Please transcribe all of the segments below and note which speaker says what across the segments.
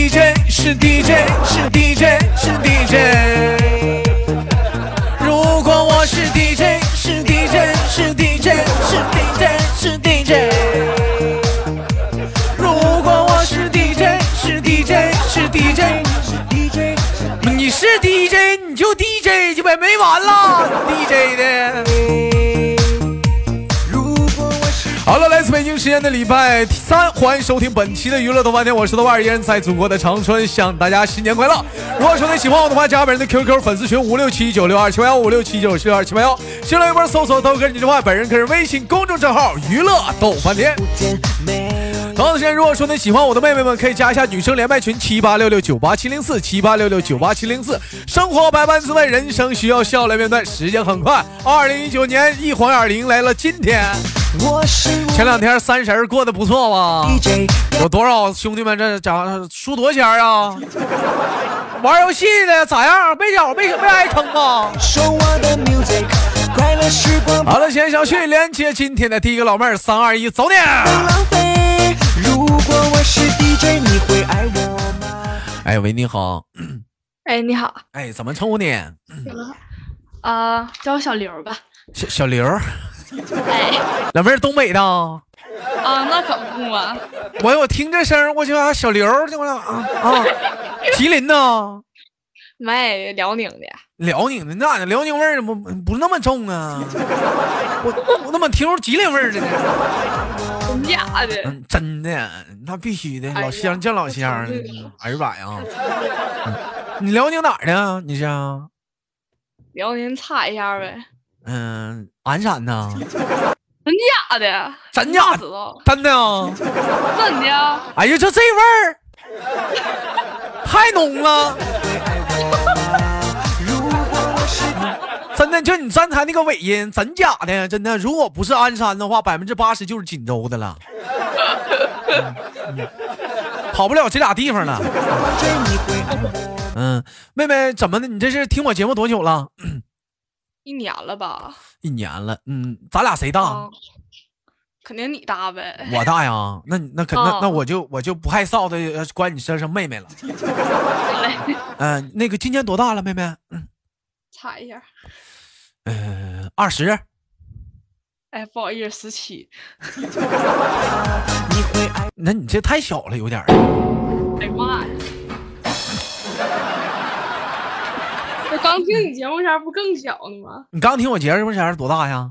Speaker 1: 是 DJ，是 DJ，是 DJ。如果我是 DJ，是 DJ，是 DJ，是 DJ，是 DJ。如果我是 DJ，是 DJ，是 DJ，是 DJ。你是 DJ，你就 DJ 去呗，没完了，DJ 的。好了，来自北京时间的礼拜三，欢迎收听本期的娱乐豆瓣天，我是豆瓣儿，依然在祖国的长春向大家新年快乐。如果说你喜欢我的话，加本人的 QQ 粉丝群五六七九六二七八幺五六七九六二七八幺，新浪微博搜索豆哥你的话，本人个人微信公众账号娱乐豆瓣天。同样的时间，如果说你喜欢我的妹妹们，可以加一下女生连麦群七八六六九八七零四七八六六九八七零四。生活百般滋味，人生需要笑来面对。时间很快，二零一九年一晃眼儿迎来了今天。前两天三十儿过得不错吧？有多少兄弟们这家伙输多少钱儿啊？ 玩游戏的咋样？被咬被被挨坑吗？好了，闲小旭连接今天的第一个老妹儿，三二一，走你！哎喂，你好，
Speaker 2: 哎，你好，
Speaker 1: 哎，怎么称呼你？
Speaker 2: 啊、叫我小刘儿吧。
Speaker 1: 小小刘儿，
Speaker 2: 哎，
Speaker 1: 老妹儿东北的啊。
Speaker 2: 啊，那可不 嘛，
Speaker 1: 我我听这声儿，我就啊小刘儿，这我俩啊啊，吉林的，
Speaker 2: 没辽宁的。
Speaker 1: 辽宁的，那辽宁味儿怎么不那么重啊？我我怎么听出吉林味儿了呢？
Speaker 2: 真假的？
Speaker 1: 嗯，真的，那必须的，
Speaker 2: 哎呀
Speaker 1: 老乡叫老乡儿
Speaker 2: 我承认了，
Speaker 1: 儿吧 呀。啊嗯你辽宁哪儿的？啊你是？
Speaker 2: 辽宁擦一下呗。
Speaker 1: 嗯，鞍山 呐？
Speaker 2: 真假的？
Speaker 1: 真假
Speaker 2: 那知道？
Speaker 1: 真的啊？
Speaker 2: 真的？
Speaker 1: 哎呀，就这味儿，太浓了。真的，就你刚才那个尾音，真假的？真的，如果不是鞍山的话，百分之八十就是锦州的了，嗯嗯跑不了这俩地方了。嗯，妹妹，怎么的？你这是听我节目多久了？
Speaker 2: 一年了吧？
Speaker 1: 一年了。嗯，咱俩谁大？
Speaker 2: 嗯，肯定你大呗。
Speaker 1: 我大呀。那你那肯那
Speaker 2: 哦
Speaker 1: 那我就我就不害臊的呃管你叫声妹妹了。
Speaker 2: 好嘞，
Speaker 1: 嗯、那个今年多大了，妹妹？嗯
Speaker 2: 擦一下。
Speaker 1: 嗯，二、十。
Speaker 2: 哎，不好意思，十七。
Speaker 1: 那你这太小了，有点儿。
Speaker 2: 哎呀妈呀！我刚听你节目前不更小呢吗？
Speaker 1: 你刚听我节目前儿多大呀？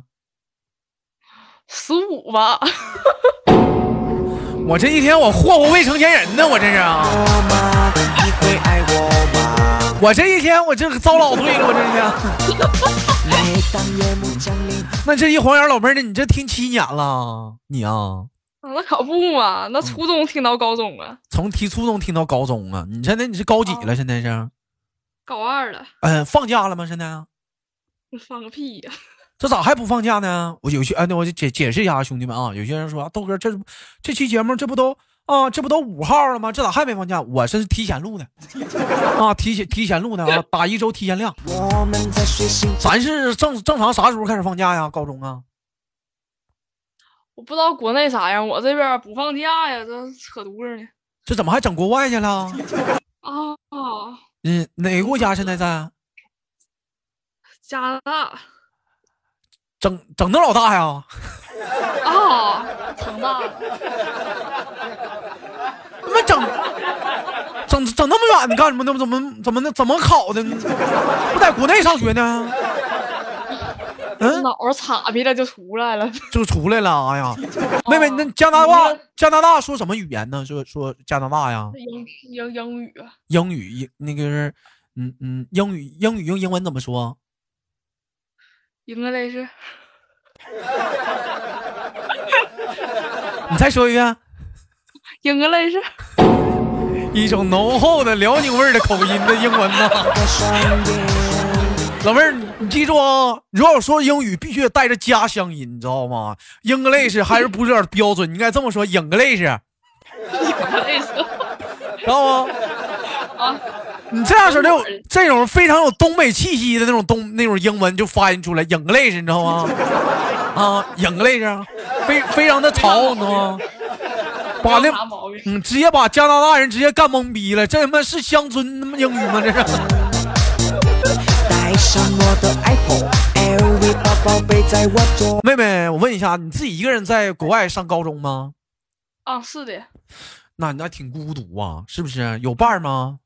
Speaker 2: 十五吧。
Speaker 1: 我这一天我霍霍未成年人呢，我这是啊！我这一天我这个遭老罪了，我这是。那这一晃眼，老妹儿，你这听七年了，你啊，
Speaker 2: 啊那可不嘛，那初中听到高中啊了，
Speaker 1: 从提初中听到高中啊，你现在你是高几了？现在是？嗯、
Speaker 2: 高二了，
Speaker 1: 放假了吗？现在？啊
Speaker 2: 你放个屁呀！这
Speaker 1: 这咋还不放假呢？我有些哎，那我就解解释一下，兄弟们啊，有些人说啊豆哥这这期节目这不都啊，这不都五号了吗？这咋还没放假？我这是提前录的 啊，提前提前录的啊，打一周提前量。咱是正正常啥时候开始放假呀？高中啊？
Speaker 2: 我不知道国内啥样，我这边儿不放假呀，这扯犊子呢。
Speaker 1: 这怎么还整国外去了？
Speaker 2: 啊啊，
Speaker 1: 嗯，哪个国家现在在
Speaker 2: 加拿大
Speaker 1: 整整那老大呀？
Speaker 2: 啊，成大了，
Speaker 1: 他妈整整整那么远的干什么呢？怎么怎么的？怎么考的呢？不在国内上学呢？嗯，
Speaker 2: 脑儿岔劈了就出来了。
Speaker 1: 就出来了。哎呀，妹妹，那加拿大加拿大说什么语言呢？说说加拿大呀，
Speaker 2: 英英英语啊
Speaker 1: 英语英那个是，嗯嗯，英语英语用英文怎么说？
Speaker 2: ，English
Speaker 1: 你再说一遍，
Speaker 2: English，
Speaker 1: 一种浓厚的辽宁味儿的口音的英文呐。 老妹儿，你你记住啊，如果说英语必须得带着家乡音，你知道吗？English 还是不是有点标准？你应该这么说，English，知
Speaker 2: English
Speaker 1: 道吗？
Speaker 2: 啊，
Speaker 1: 你这样式的有这种非常有东北气息的那种东那种英文就发音出来，English 你知道吗？啊，English 非非常的潮，你知道吗？把那
Speaker 2: 没有啥毛病。
Speaker 1: 嗯，直接把加拿大人直接干懵逼了，这他妈是乡村他妈英语吗？这是。
Speaker 3: 带上我的 Apple，LV 包包背在我左。
Speaker 1: 妹妹，我问一下，你自己一个人在国外上高中吗？
Speaker 2: 啊，是的，
Speaker 1: 那你那挺孤独啊，是不是？有伴儿吗？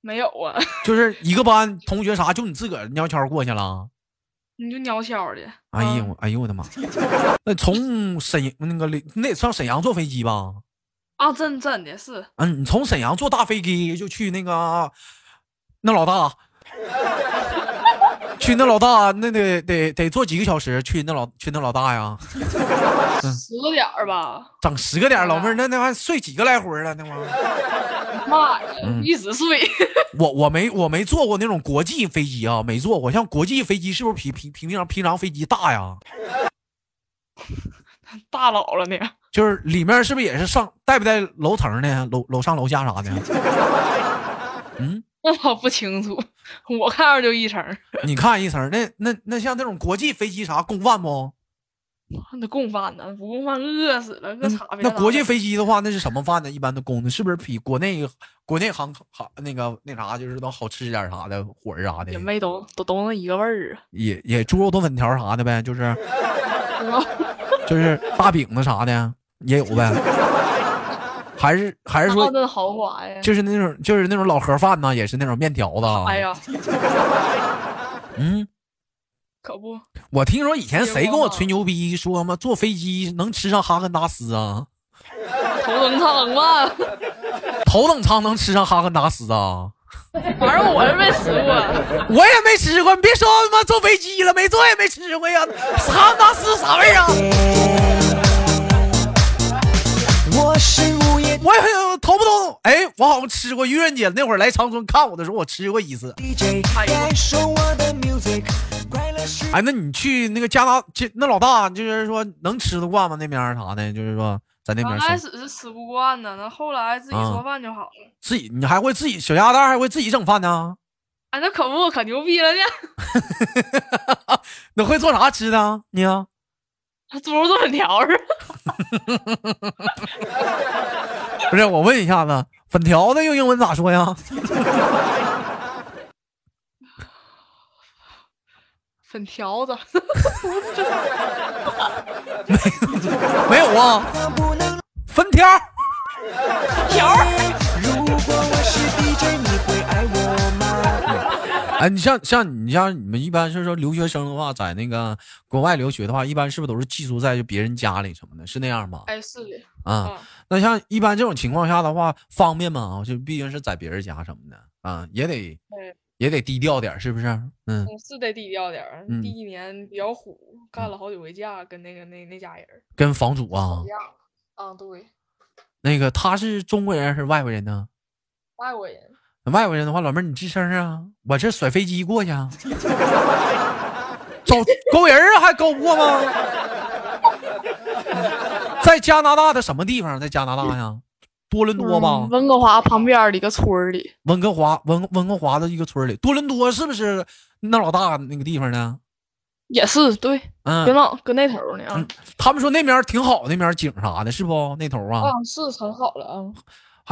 Speaker 2: 没有啊，
Speaker 1: 就是一个班同学啥，就你自个儿悄悄过去了。
Speaker 2: 你就鸟悄的。
Speaker 1: 哎呀，
Speaker 2: 嗯
Speaker 1: 我哎呦我的妈！那从沈阳那个你得上沈阳坐飞机吧？
Speaker 2: 啊，真真的是
Speaker 1: 嗯，你从沈阳坐大飞机就去那个那老大， 去那老大那得得得坐几个小时去那老去那老大呀？
Speaker 2: 十个点儿吧？
Speaker 1: 整十个点儿老妹儿，那那还睡几个来回了那玩意儿？
Speaker 2: 妈呀，一直睡。
Speaker 1: 我我没我没坐过那种国际飞机啊，没坐过。像国际飞机是不是比平平常平常飞机大呀？
Speaker 2: 大佬了呢，
Speaker 1: 就是里面是不是也是上带不带楼层呢？楼楼上楼下啥的？嗯，
Speaker 2: 那倒不清楚，我看着就一层儿，
Speaker 1: 你看一层，那那那像那种国际飞机啥供饭不？
Speaker 2: 那供饭呢？不供饭饿死了，
Speaker 1: 那
Speaker 2: 饿惨别
Speaker 1: 那
Speaker 2: 拉
Speaker 1: 国际
Speaker 2: 了
Speaker 1: 飞机的话，那是什么饭呢？一般都供的，是不是比国内国内航航那个那啥，就是都好吃点儿啥的，火儿啥的
Speaker 2: 也，没都都都那一个味儿 啊。
Speaker 1: 也也猪肉炖粉条啥的呗，就是
Speaker 2: 然后
Speaker 1: 就是大饼子啥的也有呗，还是还是说
Speaker 2: 那真豪华呀！
Speaker 1: 就是那种就是那种老盒饭呢，也是那种面条子啊。
Speaker 2: 哎呀，
Speaker 1: 嗯，
Speaker 2: 可不，
Speaker 1: 我听说以前谁跟
Speaker 2: 结果
Speaker 1: 我
Speaker 2: 嘛
Speaker 1: 吹牛逼说嘛，坐飞机能吃上哈根达斯啊，
Speaker 2: 头等舱嘛，
Speaker 1: 头等舱能吃上哈根达斯啊，
Speaker 2: 反正我是
Speaker 1: 哎
Speaker 2: 没吃过，
Speaker 1: 我也没吃过。你别说他妈坐飞机了，没坐也没吃过呀，哈根达斯啥味儿啊？
Speaker 3: 我是午夜
Speaker 1: 我也头不头？哎，我好像吃过。愚人节那会儿来长春看我的时候，我吃过一次。
Speaker 3: DJ，
Speaker 2: 哎呦
Speaker 3: 感受我的 music，快乐是
Speaker 1: 哎，那你去那个加拿这那老大，就是说能吃得惯吗？那边儿啥的，就是说在那边啊
Speaker 2: 刚
Speaker 1: 儿
Speaker 2: 开
Speaker 1: 吃
Speaker 2: 始是吃不惯呢，那后来自己做饭就好了。
Speaker 1: 自己，你还会自己小鸭蛋，还会自己整饭呢？
Speaker 2: 哎，那可不可牛逼了呢？
Speaker 1: 那会做啥吃的？你啊？
Speaker 2: 猪肉炖粉条儿，
Speaker 1: 不是，我问一下子，粉条子用英文咋说呀？
Speaker 2: 粉条子，
Speaker 1: 没有啊，
Speaker 3: 他不能
Speaker 1: 粉条儿。
Speaker 2: 条儿
Speaker 3: 如果我是 DJ，你会爱我吗？
Speaker 1: 哎，你像像你像你们一般是说留学生的话，在那个国外留学的话，一般是不是都是寄宿在别人家里什么的，是那样吗？
Speaker 2: 哎，是的，
Speaker 1: 啊、
Speaker 2: 嗯，
Speaker 1: 那像一般这种情况下的话，方便吗？就毕竟是在别人家什么的啊、也得
Speaker 2: 对
Speaker 1: 也得低调点儿，是不是？嗯，
Speaker 2: 嗯是得低调点儿。
Speaker 1: 嗯
Speaker 2: 第一年比较虎，干了好几回架，跟那个那那家人儿
Speaker 1: 跟房主啊，
Speaker 2: 架。啊，对，
Speaker 1: 那个他是中国人还是外国人呢？
Speaker 2: 外国人，
Speaker 1: 外国人的话，老妹儿你吱声啊，我这甩飞机过去啊， 找勾人啊，还勾不过吗？ 在加拿大的什么地方？啊在加拿大呀，多伦多吧
Speaker 2: 嗯，温哥华旁边儿的一个村儿里，
Speaker 1: 温哥华温温哥华的一个村儿里，多伦多是不是那老大那个地方呢？
Speaker 2: 也是对，跟
Speaker 1: 嗯，
Speaker 2: 那跟那头儿呢啊
Speaker 1: 嗯，他们说那边儿挺好，那边儿景啥的，是不？那头儿啊，
Speaker 2: 啊是很好了啊，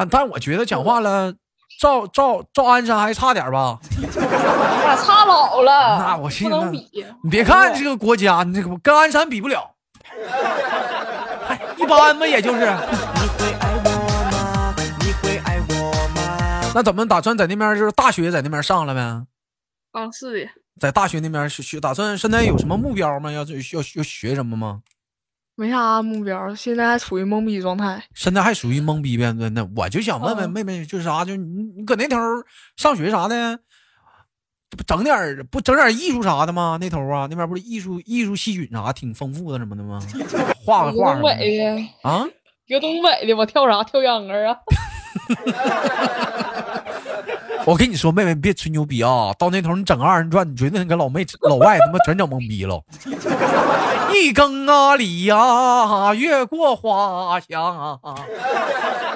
Speaker 1: 啊但我觉得讲话了，赵赵赵鞍山还差点儿吧。
Speaker 2: 咱俩差老了，
Speaker 1: 那我信
Speaker 2: 不
Speaker 1: 那
Speaker 2: 能比，
Speaker 1: 你别看这个国家，你这个跟鞍山比不了，哎一般吧，也就是。
Speaker 3: 你会爱我吗？你会爱我吗？
Speaker 1: 那怎么打算在那边就是大学在那边上了呗？
Speaker 2: 啊是的，
Speaker 1: 在大学那边学学，打算现在有什么目标吗？要要要要学什么吗？
Speaker 2: 没啥目标儿，现在还处于懵逼状态。
Speaker 1: 现在还属于懵逼呗？那那我就想问问
Speaker 2: 嗯
Speaker 1: 妹妹，就是啥，就你你搁那头上学啥的，不整点儿不整点儿艺术啥的吗？那头啊，那边不是艺术艺术细菌啥挺丰富的什么的吗？画个
Speaker 2: 一个
Speaker 1: 画什
Speaker 2: 东
Speaker 1: 么
Speaker 2: 北
Speaker 1: 的
Speaker 2: 的，
Speaker 1: 啊？
Speaker 2: 一个东北的，我跳啥跳秧歌儿 啊？
Speaker 1: 我跟你说，妹妹，你别吹牛逼啊！到那头你整个二人转，你绝对能给老妹老外他妈全整懵逼了。 一更啊里呀、越过花香啊，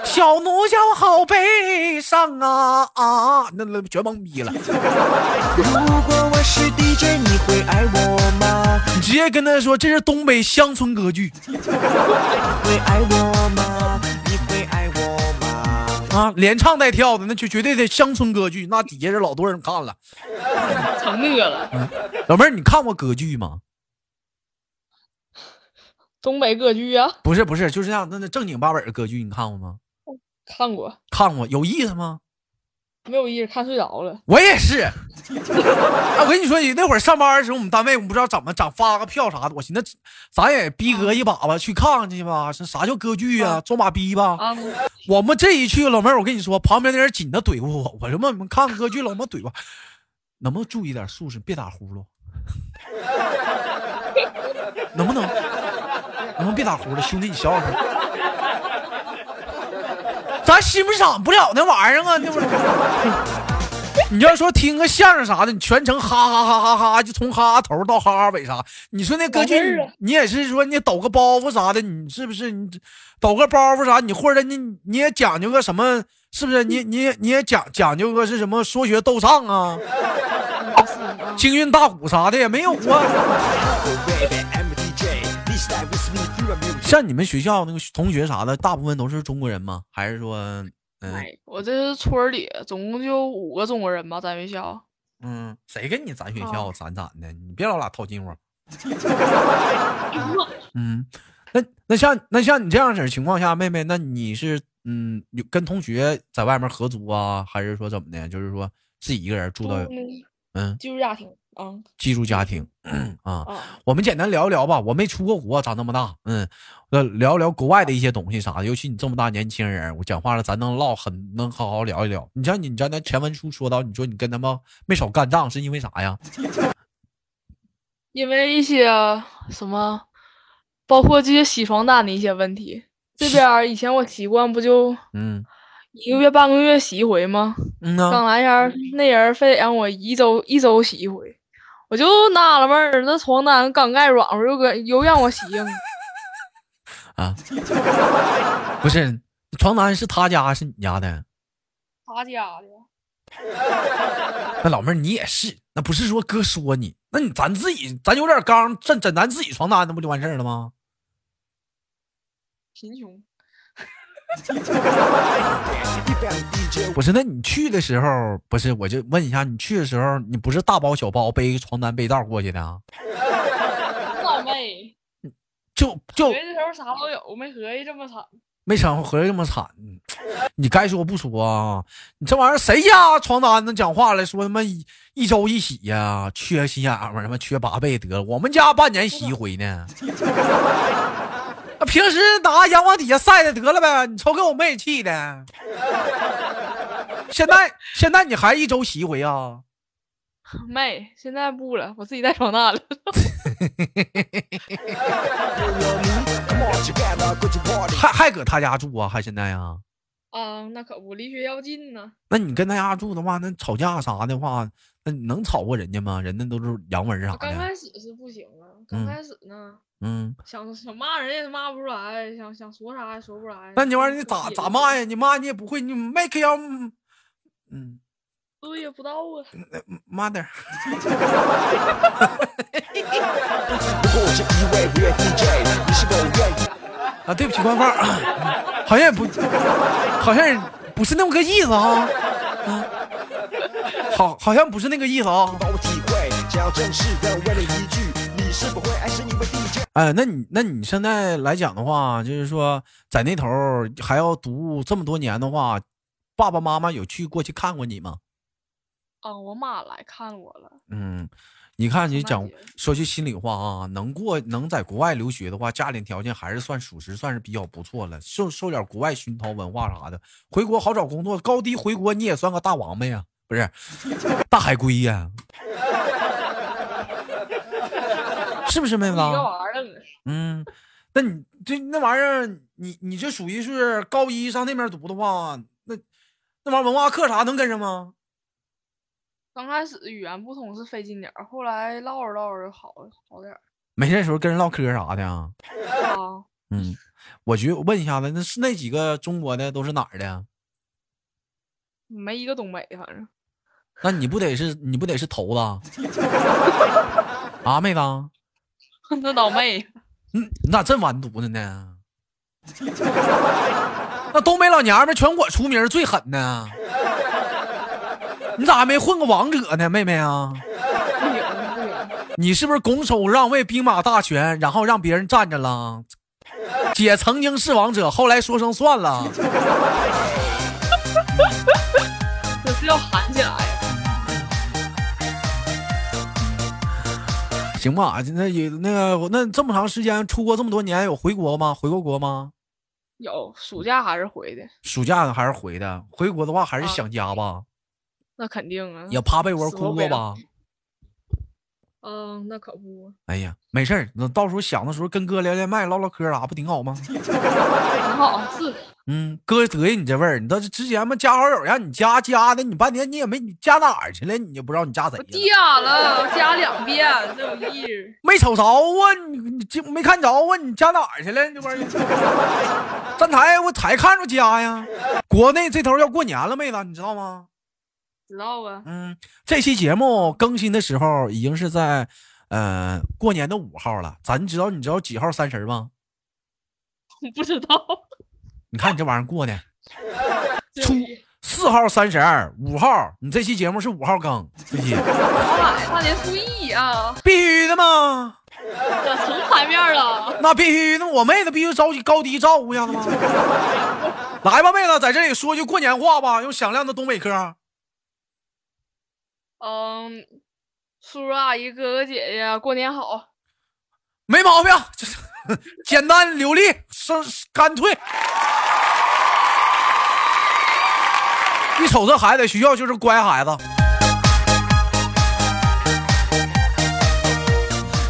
Speaker 1: 小奴家我好悲伤啊啊！那那全懵逼了。
Speaker 3: 如果我是 DJ，你会爱我吗？
Speaker 1: 你直接跟他说这是东北乡村歌剧
Speaker 3: 会爱我吗？你会爱我吗？
Speaker 1: 啊，连唱带跳的，那就绝对的乡村歌剧，那底下是老多人看了。
Speaker 2: 成那了。
Speaker 1: 老妹儿，你看过歌剧吗？
Speaker 2: 东北歌剧啊，
Speaker 1: 不是不是，就是那样那那正经八本的歌剧，你看过吗？
Speaker 2: 看过，
Speaker 1: 看过，有意思吗？
Speaker 2: 没有意思，看睡着了。
Speaker 1: 我也是。 哎，我跟你说，你那会儿上班的时候，我们单位我们不知道怎么咋发个票啥的，我寻思咱也逼格一把吧，去看看去吧。是啥叫歌剧呀、
Speaker 2: 啊
Speaker 1: 装把逼吧。
Speaker 2: 啊，
Speaker 1: 我们这一去，老妹儿，我跟你说，旁边的人紧着怼呼我，我说妈，你们看歌剧，老妈怼吧，能不能注意点素质，别打呼噜，能不能？能不能别打呼噜，兄弟，你小点声。咱欣赏不了那玩意儿啊，对不对？你要说听个相声啥的，你全程哈哈哈哈哈，就从哈哈头到哈哈尾啥。你说那歌剧
Speaker 2: 完事儿了，
Speaker 1: 你也是说你抖个包袱啥的，你是不是你抖个包袱啥？你或者你你也讲究个什么？是不是？你你你也讲讲究个是什么？说学逗唱啊，京韵大鼓啥的也没有啊。
Speaker 3: ？Oh
Speaker 1: 像你们学校那个同学啥的，大部分都是中国人吗？还是说，嗯、
Speaker 2: 哎，我这是村儿里总共就五个中国人吧，咱学校。
Speaker 1: 嗯，谁跟你咱学校咱咱的？你别老俩套近乎。哦 嗯，那那像那像你这样式儿情况下，妹妹，那你是嗯有跟同学在外面合租啊，还是说怎么的？就是说自己一个人住到嗯
Speaker 2: 就是家庭啊
Speaker 1: 寄住家庭啊？
Speaker 2: 啊，
Speaker 1: 我们简单聊一聊吧，我没出过国，长那么大，嗯，呃，聊一聊国外的一些东西啥的，尤其你这么大年轻人，我讲话了，咱能唠很，能好好聊一聊。你像你刚才前文书说到，你说你跟他们没少干仗，是因为啥呀？
Speaker 2: 因为一些什么，包括这些洗床单的一些问题。这边儿以前我习惯不就
Speaker 1: 嗯
Speaker 2: 一个月半个月洗一回吗？
Speaker 1: 嗯呐、
Speaker 2: 刚来前儿那人非得让我一周一周洗一回，我就纳了闷儿，那床单刚盖软乎，又搁又让我洗 硬。
Speaker 1: 啊，不是床单是他家是你家的，
Speaker 2: 他家的，
Speaker 1: 那老妹儿你也是，那不是说哥说你，那你咱自己咱有点刚，枕枕咱自己床单，那不就完事儿了吗？
Speaker 2: 贫穷。
Speaker 1: 不是，那你去的时候不是，我就问一下，你去的时候你不是大包小包背一个床单被罩过去的啊？
Speaker 2: 老妹，
Speaker 1: 就
Speaker 2: 以
Speaker 1: 就
Speaker 2: 为这时候啥都有，没合计这么惨。
Speaker 1: 没想过回来这么惨，你该说不说啊？你这玩意儿谁家床单子讲话了说他妈一一周一洗呀、缺心眼儿吗？他妈缺八倍得了，我们家半年洗一回呢。那平时拿阳光底下晒的得了呗，你瞅给我妹气的。现在现在你还一周洗一回啊？
Speaker 2: 妹，现在不了，我自己带床单了。
Speaker 1: 还还搁他家住啊？还现在呀、
Speaker 2: 啊，那可不，离学校近呢。
Speaker 1: 那你跟他家住的话，那吵架啥的话，那你能吵过人家吗？人家都是洋文啥
Speaker 2: 我刚
Speaker 1: 的。
Speaker 2: 开始是不行啊，刚
Speaker 1: 嗯
Speaker 2: 开始呢，
Speaker 1: 嗯，
Speaker 2: 想想骂人也骂不出来，想想说啥也说不出来。
Speaker 1: 那你玩意儿你咋咋骂
Speaker 2: 呀？
Speaker 1: 呀？你骂你也不会，你麦克要，嗯嗯呃
Speaker 2: 对呀，不知道啊。
Speaker 1: ，mother，啊，对不起，官方， 好像也不，好像也不是那么个意思啊， 嗯，好，好像不是那个意思啊。哎，那你那你现在来讲的话，就是说在那头儿还要读这么多年的话，爸爸妈妈有去过去看过你吗？
Speaker 2: 啊，我妈来看我了。
Speaker 1: 嗯，你看你
Speaker 2: 妈
Speaker 1: 讲
Speaker 2: 也
Speaker 1: 说句心里话啊，能过能在国外留学的话，家里条件还是算属实，算是比较不错了，受受点国外熏陶文化啥的，回国好找工作，高低回国你也算个大王八呀，不是大海龟 呀，是不是妹
Speaker 2: 一
Speaker 1: 子？啊
Speaker 2: 个玩意儿呢，
Speaker 1: 嗯，那你这那玩意儿，你你这属于是高一上那边读的话，那那玩意儿文化课啥能跟上吗？
Speaker 2: 刚开始语言不通是费劲点儿，后来唠着唠着就好好点儿
Speaker 1: 没事时候跟人唠嗑啥的啊。
Speaker 2: 啊。
Speaker 1: 嗯，我觉得我问一下子，那是那几个中国的都是哪儿的呀？
Speaker 2: 没一个东北，反正
Speaker 1: 那你不得是你不得是头子啊？啊，妹子，
Speaker 2: 那倒霉，
Speaker 1: 嗯，你咋这完犊子呢？ 那东北老娘们儿全国出名儿最狠呢，你咋还没混个王者呢，妹妹啊？你是不是拱手让位、兵马大权，然后让别人站着了？姐曾经是王者，后来说声算了。
Speaker 2: 这是要喊起来呀！
Speaker 1: 行吧，那也那个那这么长时间出国这么多年，有回国吗？回过国吗？
Speaker 2: 有暑假还是回的，
Speaker 1: 暑假还是回的？回国的话还是
Speaker 2: 啊
Speaker 1: 想家吧，
Speaker 2: 那肯定啊。
Speaker 1: 也趴被窝
Speaker 2: 死
Speaker 1: 哭
Speaker 2: 活不
Speaker 1: 过
Speaker 2: 了
Speaker 1: 吧？
Speaker 2: 嗯，那可不，
Speaker 1: 哎呀，没事儿，那到时候想的时候跟哥连连麦、唠唠嗑儿啥，不挺好吗？
Speaker 2: 挺啊好，是的
Speaker 1: 嗯，哥得意你这味儿，你倒是之前嘛加好友让你加加的，你半天你也没你加哪儿去了，你就不知道你加谁
Speaker 2: 我
Speaker 1: 了，
Speaker 2: 加了，我加两遍，这有意思。
Speaker 1: 没瞅着啊，你你这没看着啊，你加哪儿去了？这玩意儿， 站台我才看着加呀。国内这头要过年了，妹子，你知道吗？
Speaker 2: 知道啊，
Speaker 1: 嗯，这期节目更新的时候已经是在，呃，过年的五号了。咱知道你知道几号三十吗？
Speaker 2: 我 不知道。
Speaker 1: 你看你这玩意儿过的，
Speaker 2: 这
Speaker 1: 初
Speaker 2: 有意思
Speaker 1: 四号三十二，五号，你这期节目是五号更，这期
Speaker 2: 好买大年初一啊，
Speaker 1: 必须的嘛，
Speaker 2: 这成牌面了。
Speaker 1: 那必须，那我妹子必须着急高低照顾一下子嘛。 来吧，妹子，在这里说句过年话吧，用响亮的东北嗑。
Speaker 2: 嗯，叔叔阿姨、哥哥姐姐，过年好！
Speaker 1: 没毛病， 这是简单流利，生干脆。一瞅这孩子，学校就是乖孩子。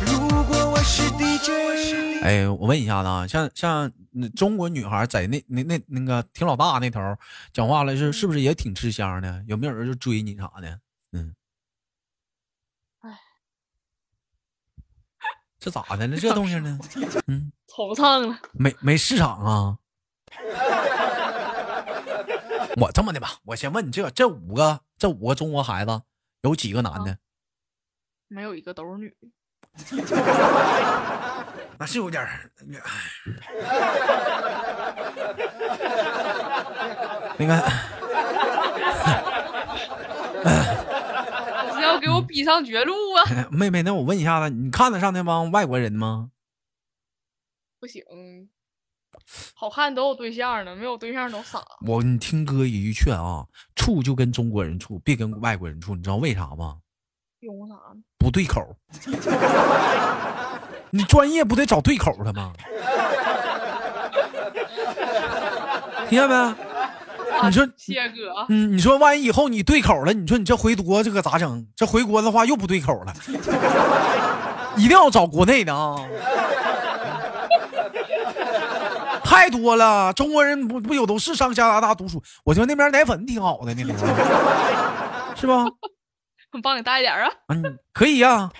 Speaker 3: 如果我是 DJ，
Speaker 1: 哎，我问一下子啊，像像嗯中国女孩在那那那那个挺老大那头儿讲话了，是是不是也挺吃香的？有没有人就追你啥的？嗯
Speaker 2: 哎，
Speaker 1: 这咋的了？这动静呢？嗯，
Speaker 2: 惆怅了，
Speaker 1: 没没市场啊？ 我这么的吧，我先问你这这五个这五个中国孩子有几个男的？
Speaker 2: 没有一个都是女的。
Speaker 1: 那是有点儿， 哎那个。
Speaker 2: 你是要给我逼上绝路啊！
Speaker 1: 哎 妹妹，那我问一下子，你看得上那帮外国人吗？
Speaker 2: 不行，好看都有对象呢，没有对象都傻。
Speaker 1: 我，你听哥一句劝啊，处就跟中国人处，别跟外国人处，你知道为啥吗？
Speaker 2: 用啥呢？
Speaker 1: 不对口。 你专业不得找对口的吗？听见没？
Speaker 2: 啊
Speaker 1: 你说
Speaker 2: 谢哥啊，
Speaker 1: 嗯，你说万一以后你对口了，你说你这回国这可咋整？这回国的话又不对口了，一定要找国内的啊！太多了，中国人不不有都是上加拿大读书？我觉得那边奶粉挺好的，那边是吧？
Speaker 2: 我帮你带点儿啊。
Speaker 1: 嗯，可以呀、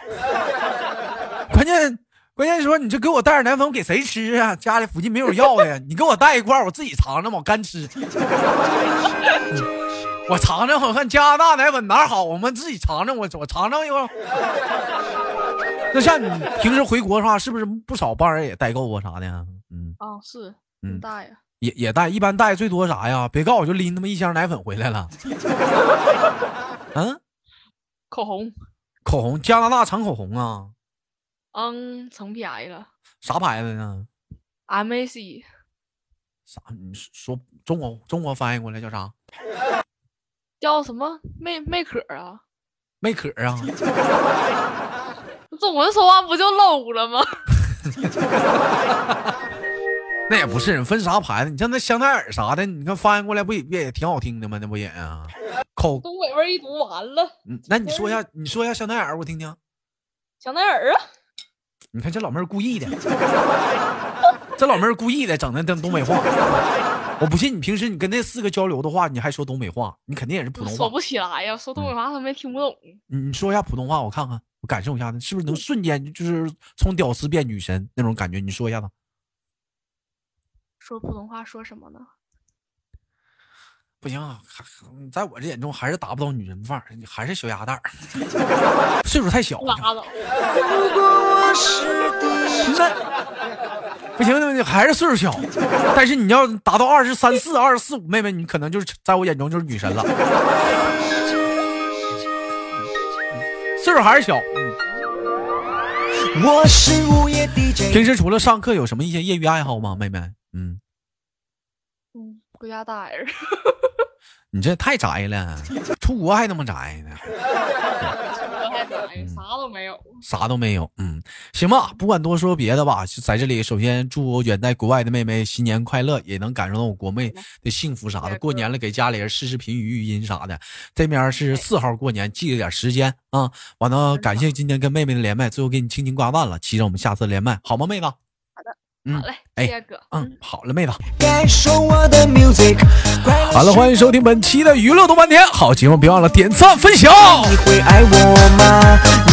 Speaker 1: 关键关键是说你这给我带点奶粉，我给谁吃啊？家里附近没有要的呀，你给我带一罐，我自己尝尝吧，我干吃。 嗯我尝尝，我看加拿大奶粉哪儿好，我们自己尝尝，我我尝尝一会儿。那像你平时回国的话，是不是不少帮人也代购啊啥的呀？嗯，
Speaker 2: 啊，是，
Speaker 1: 嗯
Speaker 2: 大爷，
Speaker 1: 也也带，一般带最多啥呀？别告诉我就拎他妈一箱奶粉回来了。 嗯，
Speaker 2: 口红，
Speaker 1: 口红，加拿大产口红啊，
Speaker 2: 嗯，成便宜了。
Speaker 1: 啥牌子呢？
Speaker 2: MAC
Speaker 1: 啥？你说说中国中国翻译过来叫啥？
Speaker 2: 叫什么魅魅可啊？
Speaker 1: 妹可儿啊？
Speaker 2: 中文说话不就 low 了吗？
Speaker 1: 那也不是，分啥牌子？你像那香奈儿啥的，你看翻译过来不也也也挺好听的吗？那不也啊？口，
Speaker 2: 东北味儿一读完了，
Speaker 1: 嗯那你说一下，你说一下香奈儿，我听听。
Speaker 2: 香奈儿啊，
Speaker 1: 你看这老妹儿故意的，这老妹儿故意的，整那东东北话。我不信你平时你跟那四个交流的话，你还说东北话，你肯定也是普
Speaker 2: 我
Speaker 1: 通
Speaker 2: 说
Speaker 1: 话。嗯
Speaker 2: 不起来呀，说东北话他们也听不懂。
Speaker 1: 你你说一下普通话，我看看，我感受一下，是不是能瞬间就是从屌丝变女神那种感觉？你说一下子。
Speaker 2: 说普通话说什么呢？
Speaker 1: 不行啊，还在我这眼中还是达不到女人范儿，你还是小鸭蛋儿， 岁数太小。
Speaker 2: 拉倒，
Speaker 3: 如果我是第一，
Speaker 1: 那不行，那还是岁数小。但是你要达到二十三四、二十四五，妹妹，你可能就是在我眼中就是女神了。岁数还是小。嗯
Speaker 3: 我是午夜 DJ。
Speaker 1: 平时除了上课，有什么一些业余爱好吗，妹妹？嗯，
Speaker 2: 嗯，回家待 着。
Speaker 1: 你这太宅了，出国还那么宅呢，
Speaker 2: 我还哪哎啥都没有。
Speaker 1: 啥都没有。嗯，行吧，不管多说别的吧，就在这里，首先祝远在国外的妹妹新年快乐，也能感受到我国妹的幸福啥
Speaker 2: 谢
Speaker 1: 的。
Speaker 2: 谢
Speaker 1: 过年了，给家里人试视频、语音啥的。这面是四号过年，记着点时间啊。完了，感谢今天跟妹妹的连麦，最后给你轻轻挂断了，期着我们下次连麦，好吗，妹子？嗯
Speaker 2: 好嘞，
Speaker 1: 哎
Speaker 2: 谢谢哥。
Speaker 1: 嗯，好了，妹子。
Speaker 3: 感受我的 music。
Speaker 1: 好了，欢迎收听本期的娱乐多半天。好，节目别忘了点赞、分享。
Speaker 3: 你会爱我吗？